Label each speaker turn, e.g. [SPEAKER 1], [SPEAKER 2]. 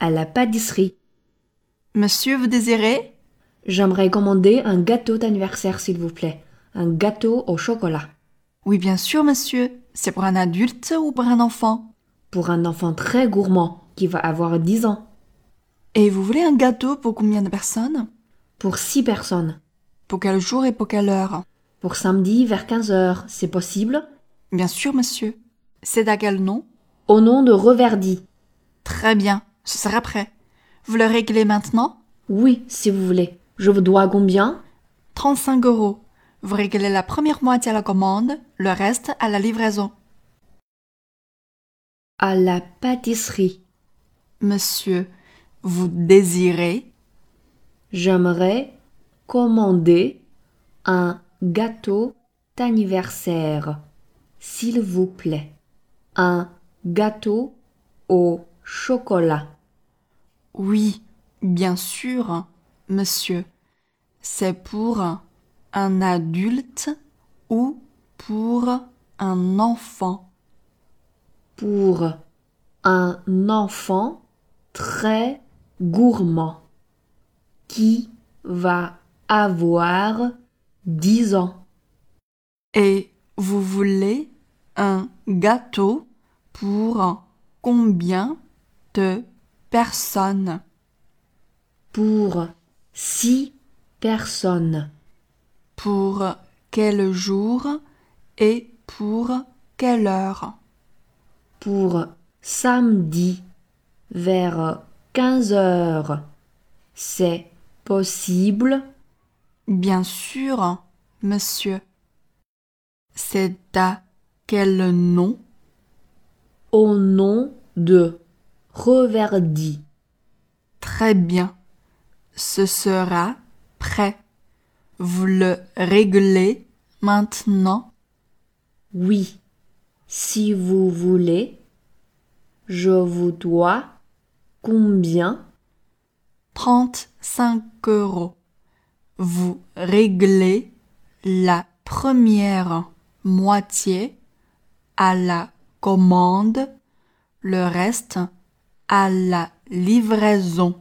[SPEAKER 1] à la pâtisserie.
[SPEAKER 2] Monsieur, vous désirez
[SPEAKER 1] J'aimerais commander un gâteau d'anniversaire, s'il vous plaît. Un gâteau au chocolat.
[SPEAKER 2] Oui, bien sûr, monsieur. C'est pour un adulte ou pour un enfant
[SPEAKER 1] Pour un enfant très gourmand qui va avoir 10 ans.
[SPEAKER 2] Et vous voulez un gâteau pour combien de personnes
[SPEAKER 1] Pour 6 personnes.
[SPEAKER 2] Pour quel jour et pour quelle heure
[SPEAKER 1] Pour samedi vers 15h, c'est possible
[SPEAKER 2] Bien sûr, monsieur. C'est à quel nom
[SPEAKER 1] Au nom de Reverdy.
[SPEAKER 2] Très bien, ce sera prêt. Vous le réglez maintenant
[SPEAKER 1] Oui, si vous voulez. Je vous dois combien
[SPEAKER 2] 35 euros. Vous réglez la première moitié à la commande, le reste à la livraison.
[SPEAKER 1] À la pâtisserie.
[SPEAKER 2] Monsieur, vous désirez
[SPEAKER 1] J'aimerais commander un gâteau d'anniversaire, s'il vous plaît. Un gâteau au chocolat.
[SPEAKER 2] Oui, bien sûr, monsieur. C'est pour un adulte ou pour un enfant
[SPEAKER 1] Pour un enfant très gourmand qui va avoir 10 ans.
[SPEAKER 2] Et vous voulez un gâteau pour combien de personnes
[SPEAKER 1] Pour 6 personnes.
[SPEAKER 2] Pour quel jour et pour quelle heure
[SPEAKER 1] Pour samedi vers 15 heures. C'est possible
[SPEAKER 2] Bien sûr, monsieur. C'est à quel nom
[SPEAKER 1] au nom de Reverdy.
[SPEAKER 2] Très bien. Ce sera prêt. Vous le réglez maintenant
[SPEAKER 1] Oui, si vous voulez, je vous dois combien
[SPEAKER 2] 35 euros. Vous réglez la première moitié à la commande, le reste à la livraison.